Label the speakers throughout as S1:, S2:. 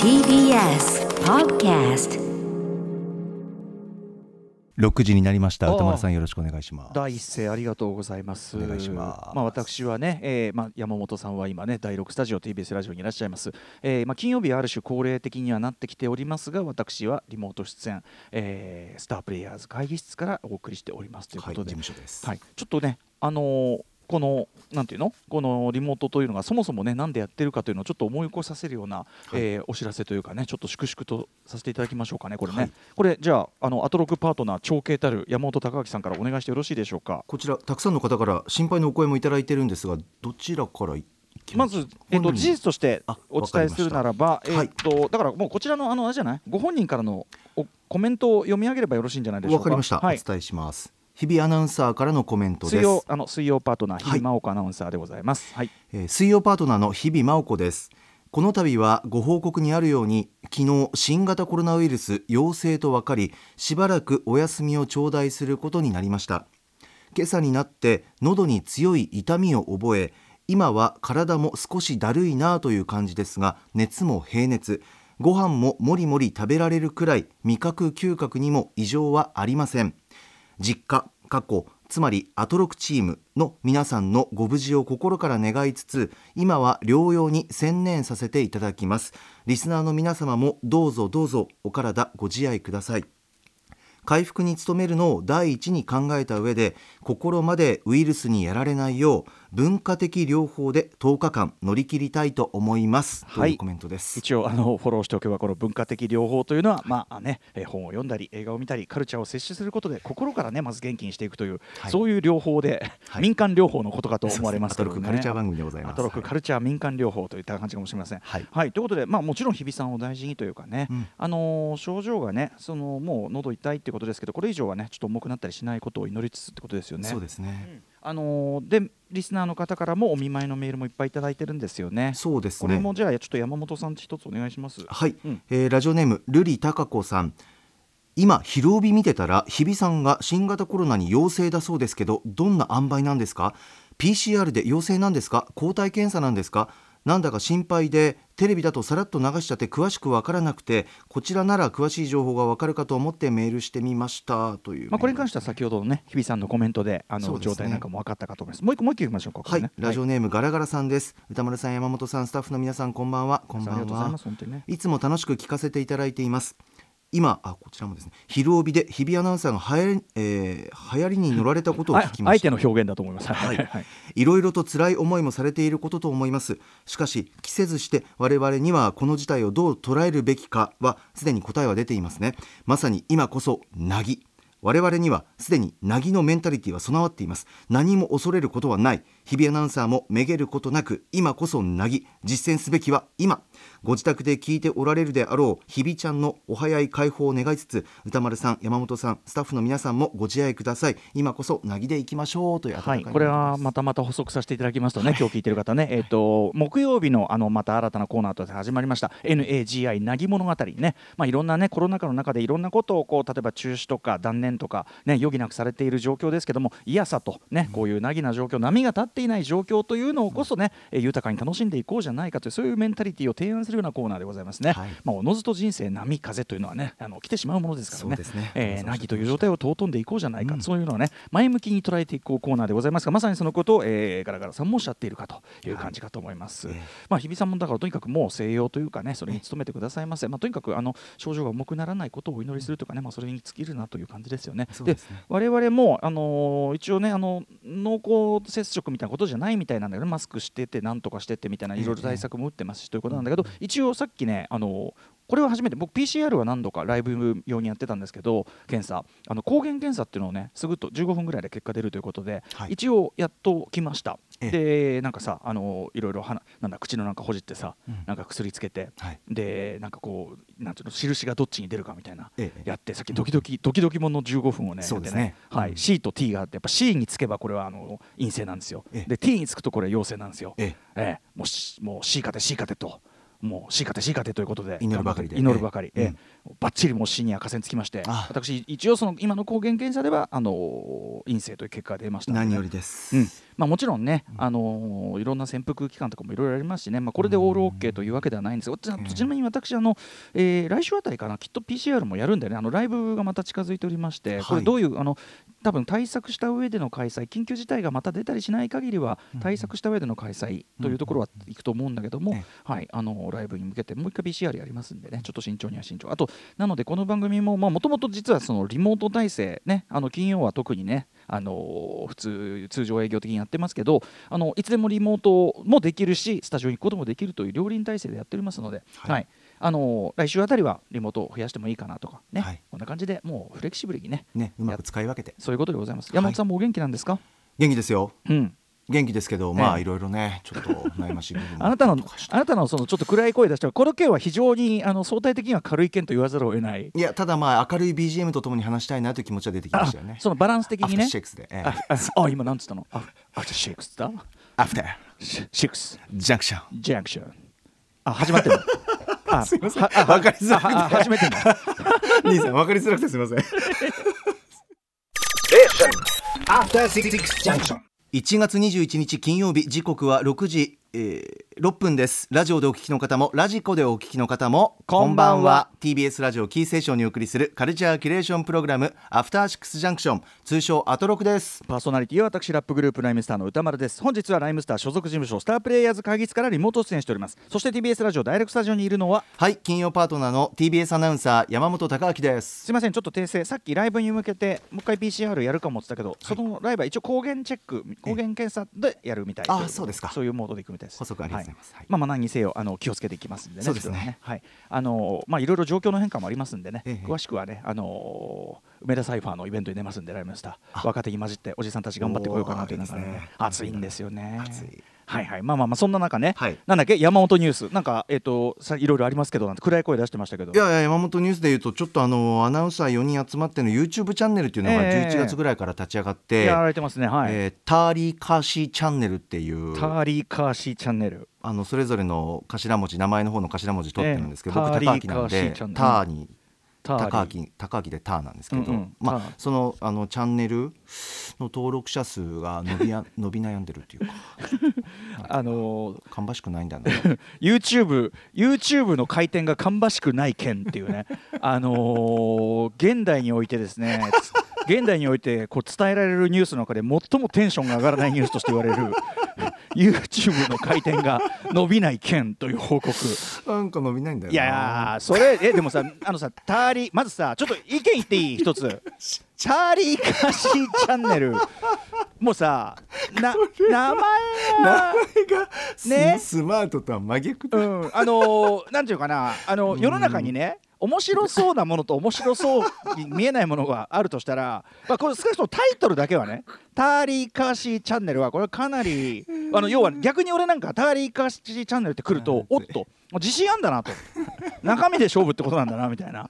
S1: TBS Podcast
S2: 6時になりました
S3: あー
S2: 歌丸さんよろしくお願いします
S3: 第一声ありがとうございます。
S2: お願いします
S3: まあ私はね、えーまあ山本さんは今ね第六スタジオ TBS ラジオにいらっしゃいます。えーまあ金曜日はある種恒例的にはなってきておりますが、私はリモート出演、えースタープレイヤーズ会議室からお送りしておりますというこ
S2: はい
S3: と
S2: 事
S3: で、は
S2: 務
S3: い、
S2: 所です、
S3: ちょっとねあのーこのなんていうのこのリモートというのがそもそもねなんでやってるかというのをちょっと思い起こさせるような、えーお知らせというかねちょっと粛々とさせていただきましょうかねこれね、
S2: はい
S3: これじゃああのアトロクパートナー長兄たる山本隆明さんからお願いしてよろしいでしょうか
S2: こちらたくさんの方から心配のお声もいただいてるんですがどちらからいき
S3: ま
S2: ます
S3: ず、えっと、
S2: 本人
S3: 事実として
S2: あ
S3: お伝えするならば、
S2: わかりま
S3: えっ
S2: した
S3: と、だからもうこちらのあのあれじゃないご本人からのおコメントを読み上げればよろしいんじゃないでしょう
S2: わ
S3: か。
S2: かりました、
S3: はい
S2: お、伝えします日比アナウンサーからのコメントです
S3: 水曜あの水曜パートナ
S2: は
S3: ー、
S2: い
S3: 日比真央子アナウンサーでございます。はい、
S2: えー水曜パートナーの日々真央子ですこの度はご報告にあるように昨日新型コロナウイルス陽性と分かりしばらくお休みを頂戴することになりました今朝になって喉に強い痛みを覚え今は体も少しだるいなあという感じですが熱も平熱ご飯ももりもり食べられるくらい味覚嗅覚にも異常はありません実家過去つまりアトロクチームの皆さんのご無事を心から願いつつ今は療養に専念させていただきますリスナーの皆様もどうぞどうぞお体ご自愛ください回復に努めるのを第一に考えた上で心までウイルスにやられないよう文化的療法で10日間乗り切りたいと思います、
S3: はい
S2: というコメントです
S3: 一応あのフォローしておけばこの文化的療法というのは、まあね、えー本を読んだり映画を見たりカルチャーを摂取することで心からねまず元気にしていくという、
S2: はい
S3: そういう療法で、
S2: はい
S3: 民間療法のことかと思われますけど、ね、
S2: そうですねアトロクカルチャー番組でございます
S3: アトロクカルチャー民間療法といった感じかもしれません。
S2: はい
S3: ということで、まあ、もちろん日比さんを大事にというかね、
S2: うん
S3: あのー症状がねそのもう喉痛いってことですけどこれ以上はねちょっと重くなったりしないことを祈りつつってことですよね。
S2: そうですね、
S3: あのーでリスナーの方からもお見舞いのメールもいっぱいいただいてるんですよね。
S2: そうです
S3: こ
S2: ね
S3: れもじゃあちょっと山本さん一つお願いします。
S2: はい、
S3: うん
S2: えーラジオネーム瑠璃貴子さん今広帯見てたら日比さんが新型コロナに陽性だそうですけどどんな塩梅なんですか PCR で陽性なんですか抗体検査なんですかなんだか心配でテレビだとさらっと流しちゃって詳しくわからなくてこちらなら詳しい情報がわかるかと思ってメールしてみましたという、
S3: まあ、これに関しては先ほどのね日比さんのコメントであの
S2: そうですね
S3: 状態なんかも分かったかと思います。もう一個もう一個いきましょうか。こ
S2: は
S3: れ
S2: い、
S3: ね
S2: ラジオネームガラガラさんです歌丸さん山本さんスタッフの皆さんこんばんはこんば
S3: ありが
S2: ん
S3: とうござい
S2: は
S3: ます本当にね
S2: いつも楽しく聞かせていただいています今あこちらもですね昼帯で日比アナウンサーが流行り、えー流行りに乗られたことを聞き
S3: あ
S2: ま
S3: 相
S2: し
S3: 手
S2: た
S3: の表現だと思います。はいはい
S2: いろいろと辛い思いもされていることと思いますしかし着せずして我々にはこの事態をどう捉えるべきかはすでに答えは出ていますねまさに今こそなぎ我々にはすでになぎのメンタリティは備わっています何も恐れることはない日比アナウンサーもめげることなく今こそなぎ実践すべきは今ご自宅で聞いておられるであろう日比ちゃんのお早い解放を願いつつ歌丸さん山本さんスタッフの皆さんもご自愛ください今こそなぎでいきましょうという温か
S3: はいい、これはまたまた補足させていただきますとね、今日聞いてる方ね、えっと木曜日のあのまた新たなコーナーとして始まりました、NAGI なぎ物語ね、まあ、いろんなね、コロナ禍の中でいろんなことをこう、例えば中止とか断念とか、ね、余儀なくされている状況ですけども、いやさと、ね、こういうなぎな状況、波が立っていない状況というのをこそね、えー豊かに楽しんでいこうじゃないかという、そういうメンタリティを提案するようなコーナーでございますね。
S2: はい
S3: まあ、おのずと人生、波風というのはね、あの来てしまうものですからね、
S2: そうですね
S3: えーなぎという状態を尊んでいこうじゃないか、そういうのをね、前向きに捉えていこうコーナーでございますが、まさにそのことを、えー、ガラガラさんもおっしゃっているかという感じかと思います。
S2: はいええ
S3: まあ、日比さんもだから、とにかくもう西洋というかね、それに努めてくださいませ、まあ、とにかくあの症状が重くならないことをお祈りするとかね、まあ、それに尽きるなという感じですよね。
S2: そうですね
S3: 我々も、あのー一応ね、あの濃厚接触みたいなことじゃないみたいなんだけど、マスクしてて、なんとかしててみたいな、いろいろ対策も打ってますしということなんだけど、一応さっきね、あのこれは初めて僕 PCR は何度かライブ用にやってたんですけど検査あの抗原検査っていうのをねすぐっと15分ぐらいで結果出るということで、
S2: はい
S3: 一応やっと来ました
S2: え
S3: でなんかさあのいろいろ鼻なんだ口のなんかほじってさ、
S2: うん
S3: なんか薬つけて、
S2: はい
S3: でなんかこうなんていうの印がどっちに出るかみたいな、
S2: ええ
S3: やってさっきドキドキ、ドキドキもの15分をね
S2: そうです
S3: やって
S2: ね
S3: はい C と T があってやっぱ C につけばこれはあの陰性なんですよ、
S2: ええ
S3: で T につくとこれ陽性なんですよ、
S2: ええ
S3: ええもうしもう C かて C かてと。もう C かて C かてということで
S2: 祈るばかりで
S3: 祈るばかり、
S2: ええ
S3: ええばっちりもう C に赤線つきまして
S2: ああ
S3: 私一応その今の抗原検査ではあの陰性という結果が出ましたので
S2: 何よりです、
S3: うんまあ、もちろんね、あのーいろんな潜伏期間とかもいろいろありますしね、まあ、これでオール OK というわけではないんですが、ちなちなみに私あの、えー来週あたりかなきっと PCR もやるんでねあのライブがまた近づいておりまして、
S2: はい
S3: これどういうあの多分対策した上での開催緊急事態がまた出たりしない限りは対策した上での開催というところはいくと思うんだけども、
S2: ええ
S3: はい、あのライブに向けてもう一回 PCR やりますんでねちょっと慎重には慎重あとなのでこの番組ももともと実はそのリモート体制ねあの金曜は特にねあの普通通常営業的にやってますけどあのいつでもリモートもできるしスタジオに行くこともできるという両輪体制でやっておりますので、
S2: はい
S3: はいあの来週あたりはリモートを増やしてもいいかなとかね、
S2: はい
S3: こんな感じでもうフレキシブルにね
S2: ねうまく使い分けて
S3: そういうことでございます。
S2: い
S3: 山本さんもお元気なんですか。
S2: 元気ですよ
S3: うん。
S2: 元気ですけどまあ
S3: ええ
S2: いろいろねちょっと悩ましい部分も
S3: あなたの
S2: っとかして
S3: あなたのそのちょっと暗い声出したこの件は非常にあの相対的には軽い件と言わざるを得ない。
S2: いやただまあ明るい BGM とともに話したいなという気持ちは出てきましたよね
S3: そのバランス的
S2: アフ
S3: に
S2: ター
S3: ね
S2: シェ。イクスで、ええ
S3: あ、ああ今なんつったの。あ、あじゃシェイクスだ。
S2: アフター
S3: シシェイクス
S2: ジャンクション
S3: ジャンクション。あ始まっ てる。あ、す
S2: いません
S3: わ
S2: わかり づらくて
S3: 始めてるの。
S2: 兄さん分かりづらくてすみません
S4: After Six Junction.
S2: 1月21日金曜日時刻は6時、えー、6分ですラジオでお聞きの方もラジコでお聞きの方も
S3: こんばんは
S2: TBS ラジオキーセーションにお送りするカルチャーキュレーションプログラムアフターシックスジャンクション通称アトロクです
S3: パーソナリティは私ラップグループライムスターの歌丸です本日はライムスター所属事務所スタープレイヤーズ会議室からリモート出演しておりますそして TBS ラジオダイレクトスタジオにいるのは
S2: はい金曜パートナーの TBS アナウンサー山本貴明です
S3: すいませんちょっと訂正さっきライブに向けてもう一回 PCR やるかもって言ったけど、そのライブは一応抗原チェック抗原検査でやるみたい
S2: あー
S3: といこと
S2: そうですか
S3: そういうモードでいくみたいです
S2: 補足ありがとうございます
S3: は
S2: はい
S3: まあまあ何にせよあの気をつけていきますんでね
S2: そうですね
S3: ちょっとはいあのーまあいろいろ状況の変化もありますんでね、
S2: ええ
S3: 詳しくはねあのー梅田サイファーのイベントに出ますんでライブスター若手に混じっておじさんたち頑張ってこようかなという中で、
S2: おーいいで
S3: ね
S2: すね、
S3: 暑いんですよね
S2: 暑い
S3: はいはいまあまあまあそんな中ね、
S2: はい
S3: なんだっけ山本ニュースなんかえっ、とさいろいろありますけどなんて暗い声出してましたけど
S2: いやいや山本ニュースでいうとちょっとあのアナウンサー4人集まっての YouTube チャンネルっていうのが
S3: ええ
S2: 11月ぐらいから立ち上がって、
S3: やられてますねはい、
S2: えーターリーカーシーチャンネルっていう
S3: ターリーカーシーチャンネル。
S2: あのそれぞれの頭文字名前の方の頭文字取ってるんですけど、
S3: ええ
S2: 僕
S3: ター
S2: 高
S3: リー
S2: 明なん
S3: カーシ
S2: で
S3: ーチャンネル
S2: ターに
S3: ターリー
S2: 高明高明でターなんですけど、
S3: うんうん
S2: ま
S3: ター
S2: あそのあのチャンネルの登録者数が伸び や伸び悩んでるっていうか
S3: あのー
S2: 芳しくないんだ ね
S3: YouTube、YouTube の回転が芳しくない件っていうね、 あのー現代においてですね、 つ現代においてこう伝えられるニュースの中で最もテンションが上がらないニュースとして言われる YouTube の回転が伸びない件という報告。
S2: なんか伸びないんだよ
S3: いやいやそれえでもさ あのさターリーまずさちょっと意見言って いい一つターリーカシーチャンネルもうさな名前が
S2: ス
S3: ね
S2: スマートとは真逆
S3: う
S2: だ、
S3: んあのーなんていうかなあの世の中にね面白そうなものと面白そうに見えないものがあるとしたら、まあ、これ少なくともタイトルだけはね「ターリーカーシーチャンネル」はこれかなりあの要は逆に俺なんか「ターリーカーシーチャンネル」って来るとおっと自信あんだなと中身で勝負ってことなんだなみたいな。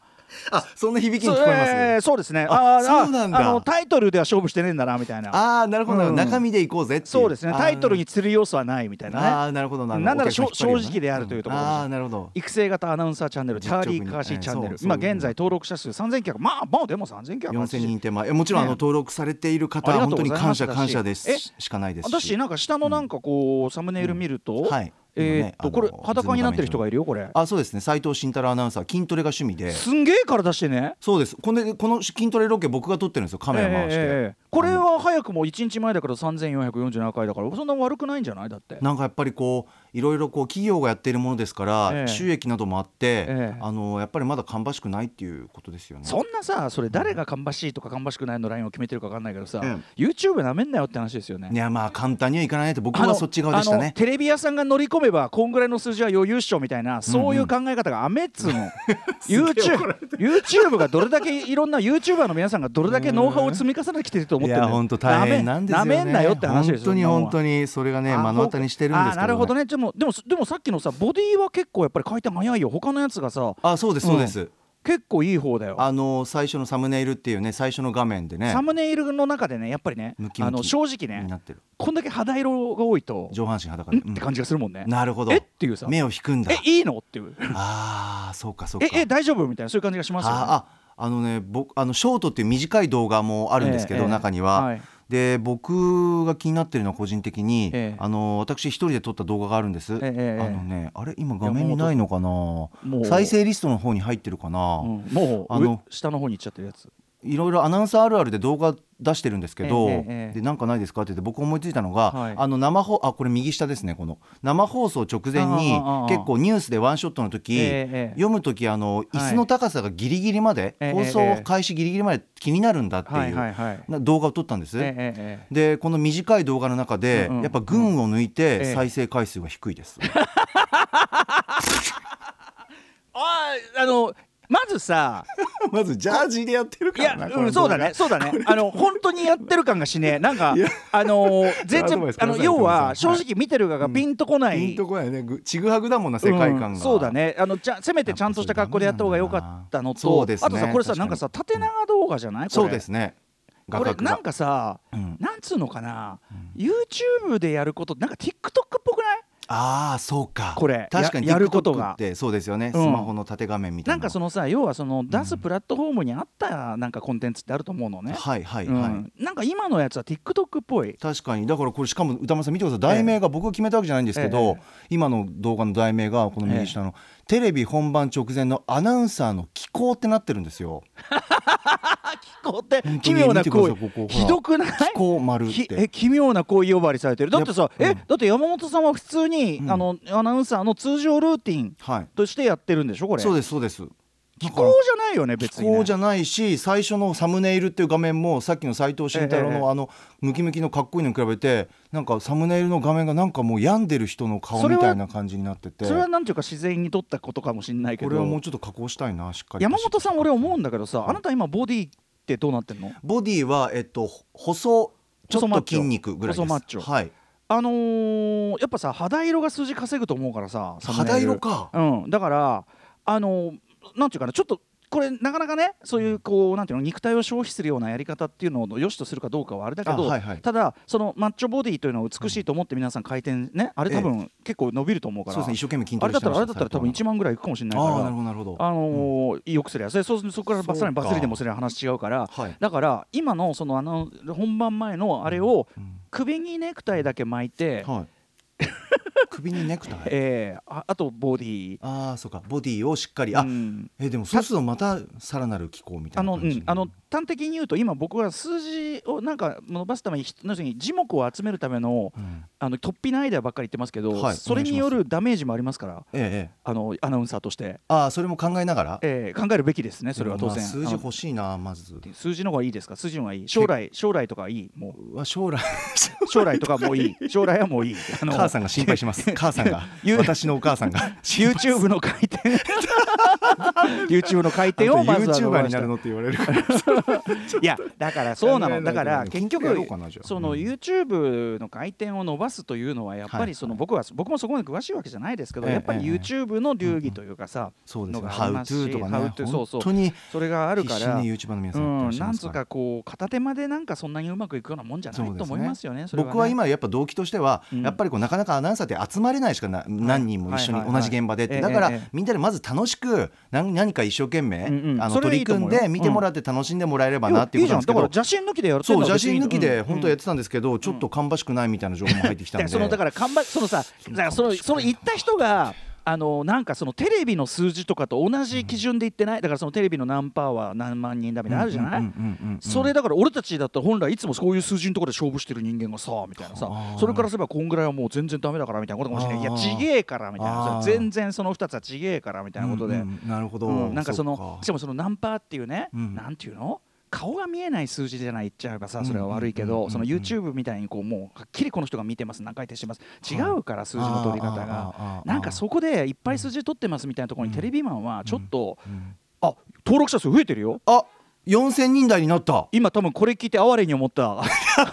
S2: あそんな響きに聞こえます、
S3: そうえーそうですね。
S2: あ
S3: ー
S2: そうなんだ
S3: あのタイトルでは勝負してねえんだなみたいな。
S2: ああなるほど、なるほど
S3: うん
S2: 中身でいこうぜっていう
S3: そうですね。
S2: あー
S3: タイトルに釣る要素はないみたいなね。
S2: あーなるほどなるほど
S3: んなら
S2: お客さん引
S3: 正
S2: っ張るようなね
S3: 直であるというところです
S2: あーなるほど
S3: 育成型アナウンサーチャンネル、チ
S2: 実直
S3: ャー
S2: に
S3: リー・カーシーチャンネ
S2: え
S3: ル
S2: ー、そう
S3: 今
S2: そういう
S3: 現在登録者数3900、まあ、まあでも3900
S2: 4000人手前えもちろんあの
S3: ね
S2: 登録されている方
S3: あり
S2: は
S3: がと
S2: 本
S3: うご
S2: 当
S3: ざい
S2: に
S3: ます
S2: 感謝感謝です
S3: え
S2: しかないですし
S3: 私なんか下のなんかこう、サムネイル見ると、
S2: はい
S3: えーっ
S2: 今
S3: と
S2: ね
S3: これ
S2: あの
S3: 裸になってる人がいるよこれ
S2: あそうですね斉藤慎太郎アナウンサー筋トレが趣味です
S3: んげえ体してね
S2: そうですこのこの筋トレロケ僕が撮ってるんですよカメラ回して、
S3: えーえーえーこれは早くも1日前だから3447回だからそんな悪くないんじゃないだって
S2: なんかやっぱりこういろいろこう企業がやっているものですから、
S3: ええ
S2: 収益などもあって、
S3: ええ
S2: あのやっぱりまだ芳しくないっていうことですよね
S3: そんなさそれ誰が芳しいとか芳しくないのラインを決めてるか分かんないけどさ、
S2: うん
S3: YouTube なめんなよって話ですよね
S2: いやまあ簡単にはいかないと僕
S3: あの
S2: はそっち側でした
S3: あの
S2: ね
S3: テレビ屋さんが乗り込めばこんぐらいの数字は余裕っしょみたいなそういう考え方がアメっつう の YouTube, YouTube がどれだけいろんな YouTuber の皆さんがどれだけノウハウを積み重ねてきてると思
S2: い
S3: ってる
S2: や本当大変なんですよね
S3: なめんなよって話ですよ
S2: 本当に本
S3: に
S2: 当にそれがね目の当たりにしてるんですけど、ね、
S3: なるほどねでもでもでもさっきのさボディは結構やっぱり回転早いよ他のやつがさ
S2: あそうですそうです、
S3: うん結構いい方だよ
S2: あの最初のサムネイルっていうね最初の画面でね
S3: サムネイルの中でねやっぱりね
S2: ムキムキ
S3: あの正直ね
S2: になってる
S3: こんだけ肌色が多いと
S2: 上半身裸
S3: ん
S2: で、
S3: って感じがするもんね
S2: うんなるほど
S3: えっていうさ
S2: 目を引くんだ
S3: えいいのっていう
S2: ああそうかそうか
S3: ええ大丈夫みたいなそういう感じがしますよね
S2: あああのね僕あのショートっていう短い動画もあるんですけど、
S3: ええええ
S2: 中には、
S3: はい
S2: で僕が気になってるのは個人的に、
S3: ええ
S2: あの私一人で撮った動画があるんです、
S3: ええ
S2: あのねあれ今画面にないのか
S3: もう
S2: な再生リストの方に入ってるかな、
S3: うんもう
S2: あの
S3: 上下の方に行っちゃってるやつ
S2: いろいろアナウンサーあるあるで動画出してるんですけど、
S3: ええええ
S2: でなんかないですかって言って僕思いついたのが、
S3: はい
S2: あの生放あこれ右下ですねこの生放送直前に
S3: ああああ
S2: 結構ニュースでワンショットの時、
S3: ええええ
S2: 読む時あの
S3: はい
S2: 椅子の高さがギリギリまで、
S3: ええ
S2: 放
S3: え
S2: 送
S3: え
S2: 開始ギリギリまで気になるんだっていう、
S3: はいはいはい
S2: な動画を撮ったんです。
S3: えええええ
S2: でこの短い動画の中で、
S3: うんうん
S2: やっぱ群を抜い
S3: え
S2: て
S3: え
S2: 再生回数が低い です。
S3: あーあのま ずさ
S2: まずジャージでやってる
S3: いや、うん、そうだね、そうだね、あの本当にやってる感がしねえ、なんか
S2: いや、
S3: あのー全
S2: アドバイ
S3: 然
S2: ス、く
S3: あ
S2: ださい
S3: の要は
S2: 伊藤
S3: 正
S2: さん
S3: 直見てる側がピンとこない。
S2: ピンとこないねぐちぐはぐだもんな世界観が、
S3: うんそうだねあのじゃせめてちゃんとした格好でやった方が良かったのと
S2: そうですね
S3: あとさこれさ
S2: 確かに
S3: なんかさ縦長動画じゃないこれ
S2: そうですね画
S3: これ
S2: 角が
S3: なんかさ、
S2: うん
S3: なんつうのかな、YouTube でやることなんか TikTok っぽくない
S2: ああそうか
S3: これ
S2: 確かに
S3: ややることが
S2: TikTok ってそうですよね、
S3: うん
S2: スマホの縦画面みたい
S3: な
S2: なん
S3: かそのさ要はその出すプラットフォームに合ったなんかコンテンツってあると思うのね、
S2: はいはい
S3: うん
S2: はい、
S3: なんか今のやつは TikTok っぽい
S2: 確かにだからこれしかも歌丸さん見てください題名が僕が決めたわけじゃないんですけど、今の動画の題名がこの右下の、テレビ本番直前のアナウンサーの気候ってなってるんですよ
S3: あ気候って
S2: 本当に
S3: 奇妙な
S2: 見てくださ
S3: 行
S2: いこ
S3: 為
S2: こほら
S3: ひどくない
S2: 気候丸っ
S3: き
S2: て
S3: え奇妙な行為呼ばわりされてるだってさ、
S2: や
S3: え
S2: っ
S3: だって山本さんは普通に、
S2: うん
S3: あのアナウンサーの通常ルーティン
S2: はい
S3: としてやってるんでしょこれ
S2: そうですそうです
S3: 気候じゃないよね別
S2: 気
S3: に、ね、
S2: 候じゃないし最初のサムネイルっていう画面もさっきの斎藤慎太郎
S3: ええええ
S2: のあのムキムキのかっこいいのに比べてなんかサムネイルの画面がなんかもう病んでる人の顔
S3: それ
S2: み
S3: は
S2: たいな感じになってて
S3: それはなんていうか自然に撮ったことかもしれないけ
S2: こ
S3: ど
S2: れはもうちょっと加工したいなしっかりと
S3: 山本さん俺思うんだけどさあなた今ボディってどうなってんの
S2: ボディはえっと細ちょっ
S3: 細マッ
S2: と
S3: チョ
S2: 筋肉ぐらいです
S3: 細マッチョ
S2: はい
S3: あのーやっぱさ肌色が数字稼ぐと思うからさサムネイル
S2: 肌色か
S3: うん、だからあのなんていうかなちょっとこれなかなかねそういうこうなんていうの肉体を消費するようなやり方っていうのを良しとするかどうかはあれだけど、
S2: あはいはい
S3: ただそのマッチョボディというのを美しいと思って皆さん回転ねあれ多分結構伸びると思うから、
S2: そうですね一生懸命筋
S3: あ
S2: ト
S3: れ
S2: レ
S3: だ
S2: し
S3: ってた
S2: ました
S3: らあれだったら多分
S2: 最近
S3: 1万ぐらいいくかもしれないから
S2: ああなるほどなるほど
S3: あのー良くすりゃそれそうするとそこからばっさりばっさりでもそれは話違うから
S2: はい
S3: だから今のそのあの本番前のあれを首にネクタイだけ巻いて、
S2: はい 首にネクタイ
S3: えーああとボディ
S2: ああそうかボディをしっかりあ
S3: うん
S2: えでもそうするとまたさらなる気候みた
S3: あ
S2: いな
S3: の、う
S2: 感じ
S3: ん、あの端的に言うと今僕は数字をなんか伸ばすためにひ要するに字幕を集めるための
S2: うん
S3: あの突飛なアイデアばっかり言ってますけど、
S2: はい
S3: それによるダメージもありますから
S2: ええええ
S3: あのアナウンサーとして、
S2: ああそれも考えながら
S3: えー考えるべきですねそれは当
S2: で
S3: 然。
S2: もまあ数字
S3: あの
S2: 欲しいなまず
S3: 数字の方がいいですか数字の方がいい将来将来とかいいも
S2: うわ将来
S3: う将来とかも ういい将来はもういいあの
S2: 母さんが心配します 母さんが
S3: 言う
S2: 私のお母さん が
S3: YouTube の回 転 YouTube の回転
S2: ユ
S3: をまず
S2: ー
S3: は
S2: チュ
S3: 伸
S2: ーバー
S3: ば
S2: に
S3: し
S2: な
S3: た
S2: るのって言われるから
S3: いやだからそうな
S2: 考え
S3: の
S2: な
S3: だ
S2: いと
S3: から
S2: ね
S3: 結
S2: 聞いてやろ
S3: 局
S2: うかなじゃあ
S3: その
S2: うん
S3: YouTube の回転を伸ばすというのはやっぱ
S2: は
S3: り
S2: い
S3: その僕は僕もそこまで詳しいわけじゃないですけど
S2: ええ
S3: やっぱり
S2: ええ
S3: YouTube の流儀というかさ
S2: そうです
S3: の
S2: ね
S3: があ
S2: ハ
S3: り
S2: ウト
S3: ます
S2: ゥ
S3: し
S2: ーとか
S3: ハウトゥ
S2: ね
S3: ーそうそう
S2: 本当に
S3: それがある
S2: 必
S3: か
S2: 死
S3: ら
S2: にユーチューバーの皆
S3: う
S2: さんやってらっ
S3: ん
S2: しゃい
S3: な
S2: ま
S3: ん
S2: す
S3: つう
S2: から
S3: かこう片手間でなんかそんなにうまくいくようなもんじゃないと思いますよねそれ
S2: 僕は
S3: ね
S2: 今やっぱ動機としては、
S3: うん
S2: やっぱりこうなかなかアナウンサーって集まれないしかな、何人も一緒
S3: はいはい
S2: に
S3: は
S2: 同
S3: い
S2: じ現場でって、
S3: ええ
S2: だから、
S3: ええ
S2: みんなでまず楽しく何何か一生懸命、
S3: うんうん
S2: あの
S3: それ
S2: 取
S3: はいい
S2: り
S3: と思
S2: 組
S3: うんよ
S2: で見てもらって楽しんでもらえればなっていうことなんですけ
S3: い
S2: ど、
S3: やいいじゃんだから邪神抜きでやる
S2: そう写真抜きで本当や
S3: っ
S2: ってたんですけど、ちょっと芳しくないみたいな情報も入ってきたんで
S3: そのだから看板そのさだからそのその言った人があのなんかそのテレビの数字とかと同じ基準で言ってないだからそのテレビの何パーは何万人だみたいなのあるじゃない、
S2: うんうんうんうんうん
S3: それだから俺たちだったら本来いつもそういう数字のところで勝負してる人間がさみたいなさ
S2: あー
S3: それからすればこんぐらいはもう全然ダメだからみたいなことかもしれないいや
S2: あー
S3: ちげえからみたいな
S2: あー
S3: それ全然その2つはちげえからみたいなことで、
S2: うんうんなるほど、
S3: うんなんかその
S2: う
S3: しかもそのナンパっていうね、
S2: うん
S3: なんていうの顔が見えない数字じゃないっちゃえばさそれは悪いけ
S2: うん
S3: ど、
S2: うんうんうん
S3: その YouTube みたいにこうもうはっきりこの人が見てます何回転してます違うから数字の取り方
S2: あーあー
S3: が
S2: あー
S3: なんかそこでいっぱい数字取ってますみたいなところにテレビマンはちょっと、
S2: ん
S3: あ登録者数増えてるよ
S2: あ4000人台になった
S3: 今多分これ聞いて哀れに思った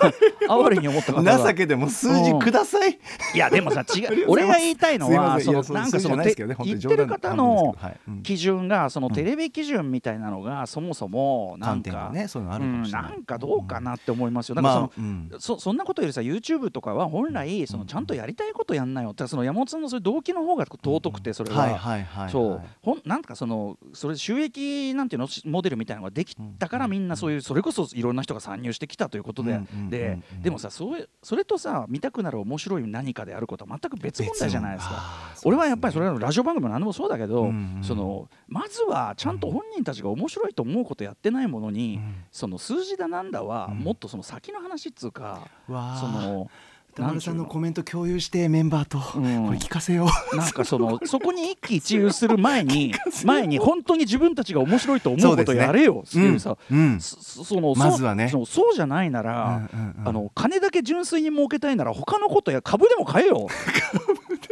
S3: 哀れに思った方が
S2: 情けでも数字ください、
S3: いやでもさ違う
S2: ござ
S3: 俺
S2: います
S3: が言いたいのは
S2: すいません
S3: そ
S2: い
S3: の
S2: や
S3: な
S2: そ
S3: んか
S2: う
S3: そ
S2: そういうのじゃ
S3: の
S2: ないで
S3: て
S2: すけどね本当
S3: 言
S2: に
S3: ってる方の
S2: 冗談半分ですけどはいうん
S3: 基準がその
S2: ん
S3: テレビ基準みたいなのがそもそもなん
S2: 観点が
S3: か
S2: ねそういうのあるかもしれない
S3: うんなんかどうかなって思いますよだから
S2: ま
S3: そ
S2: あ
S3: の、
S2: うん
S3: そそんなことよりさ YouTube とかは本来そのちゃんとやりたいことやんなよってその山本さんのそういう動機の方が尊くてそれは。
S2: はいはいはいはい
S3: そうほんなんかそのそれ収益なんていうのしモデルみたいなのができだからみんなそういうそれこそいろんな人が参入してきたということで、
S2: うんうんうんうん
S3: ででもさそういうそれとさ見たくなる面白い何かであることは全く別問題じゃないです
S2: 別の
S3: か。
S2: あー
S3: 俺はやっぱりそ
S2: そう
S3: れ
S2: で
S3: らのラジオ番組も何でもそうだけど、
S2: うんうん
S3: そのまずはちゃんと本人たちが面白いと思うことやってないものに、
S2: うん
S3: その数字だなんだは、
S2: うん
S3: もっとその先の話っつうか、
S2: すねわ
S3: そ
S2: あ
S3: の
S2: 田丸さんの
S3: なんて
S2: コメント共有してメンバーと、
S3: うん
S2: これ聞かせよう
S3: いうのなんかそのそこに一喜一憂する 前に前に本当に自分たちが面白いと思うことやれよっていうさ
S2: うんうん
S3: そその
S2: まずはね
S3: そうそうそうじゃないなら、
S2: うんうんうん
S3: あの金だけ純粋に儲けたいなら他のことや株でも買 えよ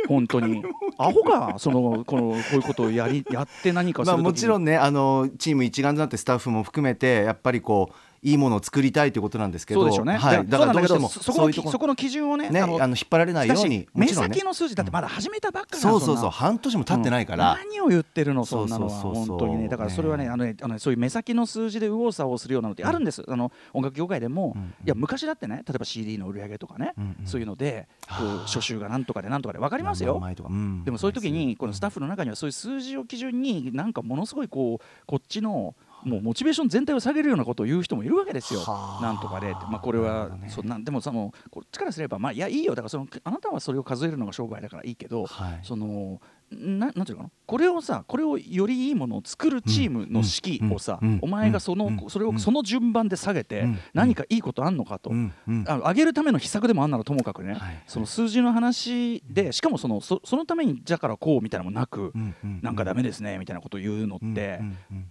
S3: 本当にアホかそのこのこういうことをやりやって何かす
S2: まあ、
S3: る時に
S2: もちろんねあのチーム一丸となってスタッフも含めてやっぱりこういいものを作りたいということなんですけど
S3: そうでしょうね、
S2: はい、だから
S3: そ
S2: どうして
S3: うなんだけど
S2: も
S3: そそ
S2: そ
S3: こ
S2: ういう
S3: の
S2: とこ
S3: そこの基準をね
S2: ね
S3: あの
S2: あの引っ張られないように
S3: だし
S2: もちろん
S3: 目
S2: ね
S3: 先の数字だってまだ始めたばっかなん
S2: そうそ
S3: ん
S2: う
S3: な
S2: そう半年も経ってないから、
S3: うん何を言ってるのそんなのは
S2: そうそうそうそう
S3: 本当にねだからそれはね
S2: ね
S3: あのねあのねそういう目先の数字で右往左往するようなのってあるんです、あの音楽業界でも、
S2: うんうん
S3: いや昔だってね例えば CD の売り上げとかね、
S2: うんうん
S3: そういうのでこ
S2: は
S3: う
S2: あ
S3: 初週がなんとかでなんとかで分かります
S2: 名
S3: よ。
S2: 前とかうん
S3: でもそういう時にこのスタッフの中にはそういう数字を基準になんかものすごいこうこっちのもうモチベーション全体を下げるようなことを言う人もいるわけですよ
S2: は。あ
S3: なんとかでって、まあ、これ
S2: なるほ
S3: は
S2: どね
S3: そうなんでもそのこっちからすればまあいやいいよだからそのあなたはそれを数えるのが商売だからいいけど、
S2: はい
S3: そのななんていうのかなこれをさこれをよりいいものを作るチームの指揮をさ、
S2: うんうんうん
S3: お前がその、
S2: うん
S3: それ
S2: う
S3: を
S2: ん
S3: その順番で下げて、
S2: うん
S3: 何かいいことあんのかと、
S2: うんうん
S3: あの上げるための秘策でもあんならともかくね、
S2: はい
S3: その数字の話でしかもそのそそのためにじゃからこうみたいなのもなく、
S2: うんうん
S3: なんかダメですねみたいなことを言うのって、
S2: うんうん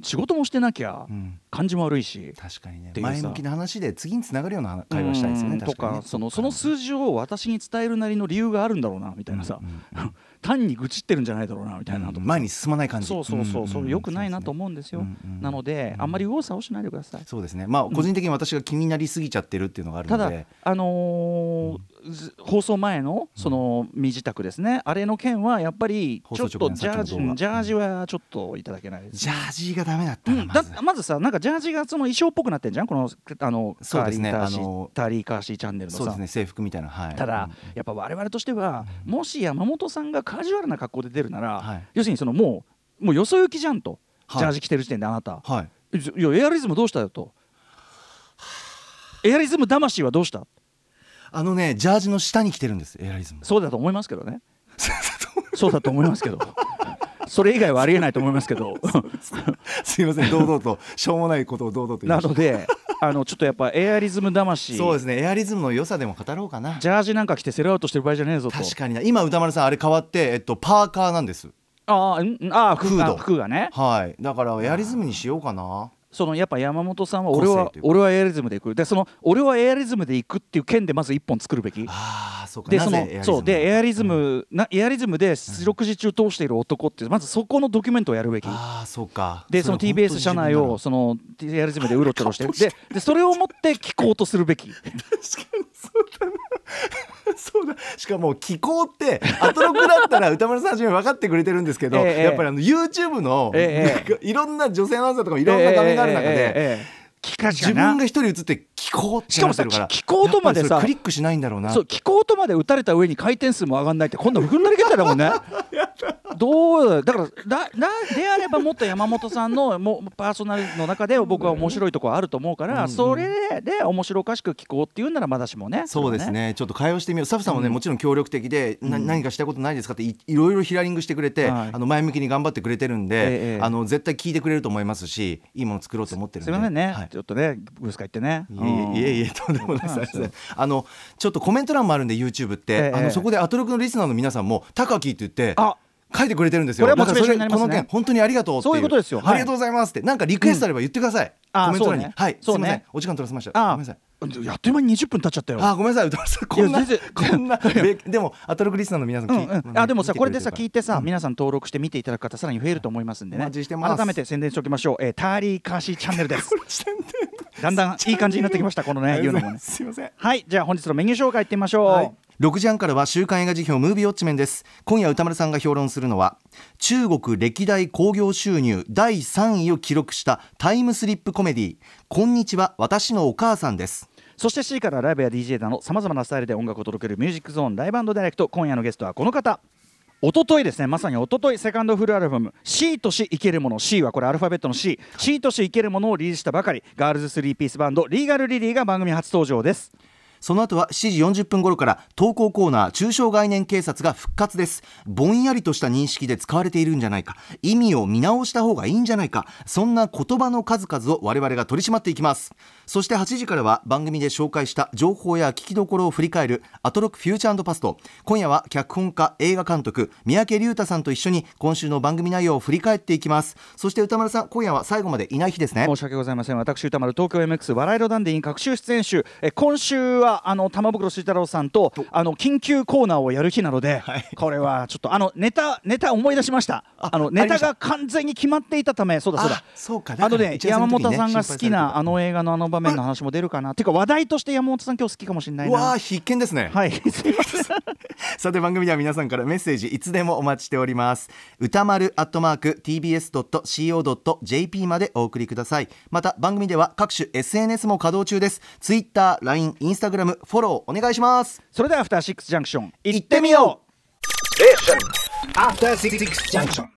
S3: 仕事もしてなきゃ
S2: うんうん
S3: 感じも悪いし。
S2: 確かにね
S3: っていうさ
S2: 前向きな話で次につながるような会話したいですよ
S3: う
S2: ね
S3: んと
S2: 確かに
S3: か
S2: ね
S3: そのその数字を私に伝えるなりの理由があるんだろうなみたいなさ、
S2: うん
S3: 単に愚痴ってるんじゃないだろうなみたいなとか
S2: うん前に進まない感じ
S3: そうそうそう、
S2: ん
S3: それ良くないなと思うんですよ。
S2: うんうん
S3: なので、
S2: うん
S3: あんまり右往左往しないでください。
S2: そうですねまあ個人的に私が気になりすぎちゃってるっていうのがある
S3: た
S2: の
S3: だ
S2: で、
S3: あのーず放送前のその身支度ですね、あれの件はやっぱり
S2: 放
S3: ちょっ
S2: 送直前
S3: とジャージ、
S2: さっきの動画
S3: ジャージはちょっといただけないです。
S2: ジャージーがダメだった
S3: う、
S2: なんま
S3: だ
S2: ず
S3: まずさなんかジャージがその衣装っぽくなってんじゃんこのあの
S2: そうですね
S3: カーリーカーシー
S2: あの
S3: タリーカーシーチャンネルの
S2: そう
S3: さ
S2: ですね制服みたいなはい
S3: ただ、やっぱ我々としては、もし山本さんがカジュアルな格好で出るなら、
S2: はい
S3: 要するにそのもうもうよそ行きじゃんと、
S2: はい
S3: ジャージ着てる時点であなた、
S2: うんはい
S3: いやエアリズムどうしたよとエアリズム魂はどうした
S2: あのねジャージの下に着てるんですエアリ ズム
S3: そうだと思いますけ どねそうだと思いますけどそれ以外はありえないと思いますけど
S2: すいません堂々としょうもないことを堂々と言い
S3: な
S2: ました
S3: のであのちょっとやっぱエアリズム魂
S2: そうですねエアリズムの良さでも語ろうかな
S3: ジャージなんか着てセルアウトしてる場合じゃねえぞと
S2: 確かにな今歌丸さんあれ変わって、えっと、パーカーなんです
S3: ああんああ服
S2: フー
S3: が
S2: ド
S3: 服がね
S2: はいだからエアリズムにしようかな
S3: そのやっぱ山本さんは俺
S2: 個
S3: は
S2: 性というか
S3: 俺はエアリズムで行くでその俺はエアリズムで行くっていう件でまず一本作るべき
S2: ああそうか
S3: で
S2: な
S3: そ
S2: ぜエア
S3: の
S2: リズム
S3: そうでエアリズム、なエアリズムで四六時中通している男っていうまずそこのドキュメントをやるべき
S2: ああそうか
S3: でその TBS 社内をそのエアリズムでうろちょろしてるででそれを持って聞こうとする べき
S2: そうだしかも気候ってアトロクだ ったら歌丸さんはじめ分かってくれてるんですけど、
S3: ええ
S2: やっぱりあの YouTube の、
S3: ええ
S2: なんかいろんな女性アナウンサーとかもいろんな画面がある中で、
S3: ええええええ聞かし
S2: 自
S3: かな
S2: 分が一人映って気候ってなってるから
S3: しかもさ気候とまで
S2: や
S3: さ
S2: っぱりそれクリックしないんだろうな
S3: そう聞こうとまで打たれた上に回転数も上がんないってこんなふんなりけただも んねどうだからだだであればもっと山本さんのもうパーソナルの中で僕は面白いとこあると思うから、それで面白おかしく聞こうっていうならまだしもね
S2: そうですねちょっと会話してみようスタッフさんもね、もちろん協力的で、な何かしたいことないですかっていいろいろヒアリングしてくれて、
S3: はい
S2: あの前向きに頑張ってくれてるんで、
S3: ええ
S2: あの絶対聞いてくれると思いますしいいもの作ろうと思ってるん
S3: す
S2: で
S3: いませんね、
S2: はい
S3: ちょっとねブースカ行ってね
S2: いえいえいえいえとんでもないです
S3: そうなんです
S2: すい
S3: よ
S2: ませんあのちょっとコメント欄もあるんで YouTube って、
S3: ええ
S2: あのそこでアトロクのリスナーの皆さんも「タカキ」って言って
S3: あ
S2: 書いてくれてるんですよ
S3: これは
S2: だから
S3: モチベーションになりますね
S2: それこの件本当にありがとうっていう
S3: そういうことですよはい
S2: ありがとうございますってなんかリクエストあれば言ってください、
S3: あ
S2: コメント欄に、
S3: そうね
S2: はい
S3: そう
S2: すい
S3: ね
S2: ませんお時間取らせました
S3: あ
S2: ごめんなさい
S3: やっという間に20分経っちゃったよ
S2: あーごめんなさい、歌丸さん、こんな、
S3: いや全然
S2: こんな、べでも、アトロクリスナーの皆さん
S3: うん
S2: 聞
S3: う
S2: い、
S3: ん、あでもさ、
S2: 見て
S3: こ
S2: く
S3: れで
S2: て
S3: さ、
S2: るから
S3: 聞いてさ、皆さん登録して見ていただく方、さらに増えると思いますんでね、
S2: お待ちしてます
S3: 改めて宣伝しておきましょう、えーターリー・カーシーチャンネルです。だんだんいい感じになってきました、このね、
S2: あり
S3: 言
S2: が
S3: う
S2: とうございま
S3: のもね。
S2: すすいません。
S3: はい、じゃあ本日のメニュー紹介いってみましょう。
S2: 6時半からは週刊映画辞表ムービーウォッチメンです今夜歌丸さんが評論するのは中国歴代興行収入第3位を記録したタイムスリップコメディこんにちは私のお母さんです
S3: そして C からライブや DJ など、さまざまなスタイルで音楽を届けるミュージックゾーン、ライブダイレクト、今夜のゲストはこの方。一昨日ですねまさに一昨日セカンドフルアルバム「C とし生けるもの」C はこれアルファベットの C「C とし生けるもの」をリリースしたばかりガールズスリーピースバンドリーガルリリーが番組初登場です
S2: その後は7時40分頃から投稿コーナー中小概念警察が復活ですぼんやりとした認識で使われているんじゃないか意味を見直した方がいいんじゃないかそんな言葉の数々を我々が取り締まっていきますそして8時からは番組で紹介した情報や聞きどころを振り返るアトロックフューチャーパスト今夜は脚本家映画監督三宅龍太さんと一緒に今週の番組内容を振り返っていきますそして歌丸さん今夜は最後までいない日ですね
S3: 申し訳ございません私歌丸東京 MX 笑いのダンディに各週出演集え今週はあの玉袋慎太郎さんとあの緊急コーナーをやる日なので、これはちょっとあのネタネタ思い出しましたあ
S2: あ
S3: の
S2: ありま
S3: ネ
S2: した
S3: タが完全に決まっていたためそうだそうだ
S2: あそうかだ
S3: あ
S2: から
S3: とね
S2: 打ち合わせ
S3: 山
S2: の時に
S3: 本
S2: ね
S3: さんが好
S2: 心配されて
S3: きな
S2: た
S3: あの映画のあの場面の話も出るかなっていうか話題として山本さん今日好きかもしれないう
S2: わ
S3: な
S2: あ必見ですね
S3: はいすいません
S2: さて番組では皆さんからメッセージいつでもお待ちしております歌丸アットマーク tbs.co.jp までお送りくださいまた番組では各種 SNS も稼働中です TwitterLINE、Instagram フォローお願いします
S3: それではアフターシックスジャンクション
S2: 行ってみよう
S4: After Six Junction.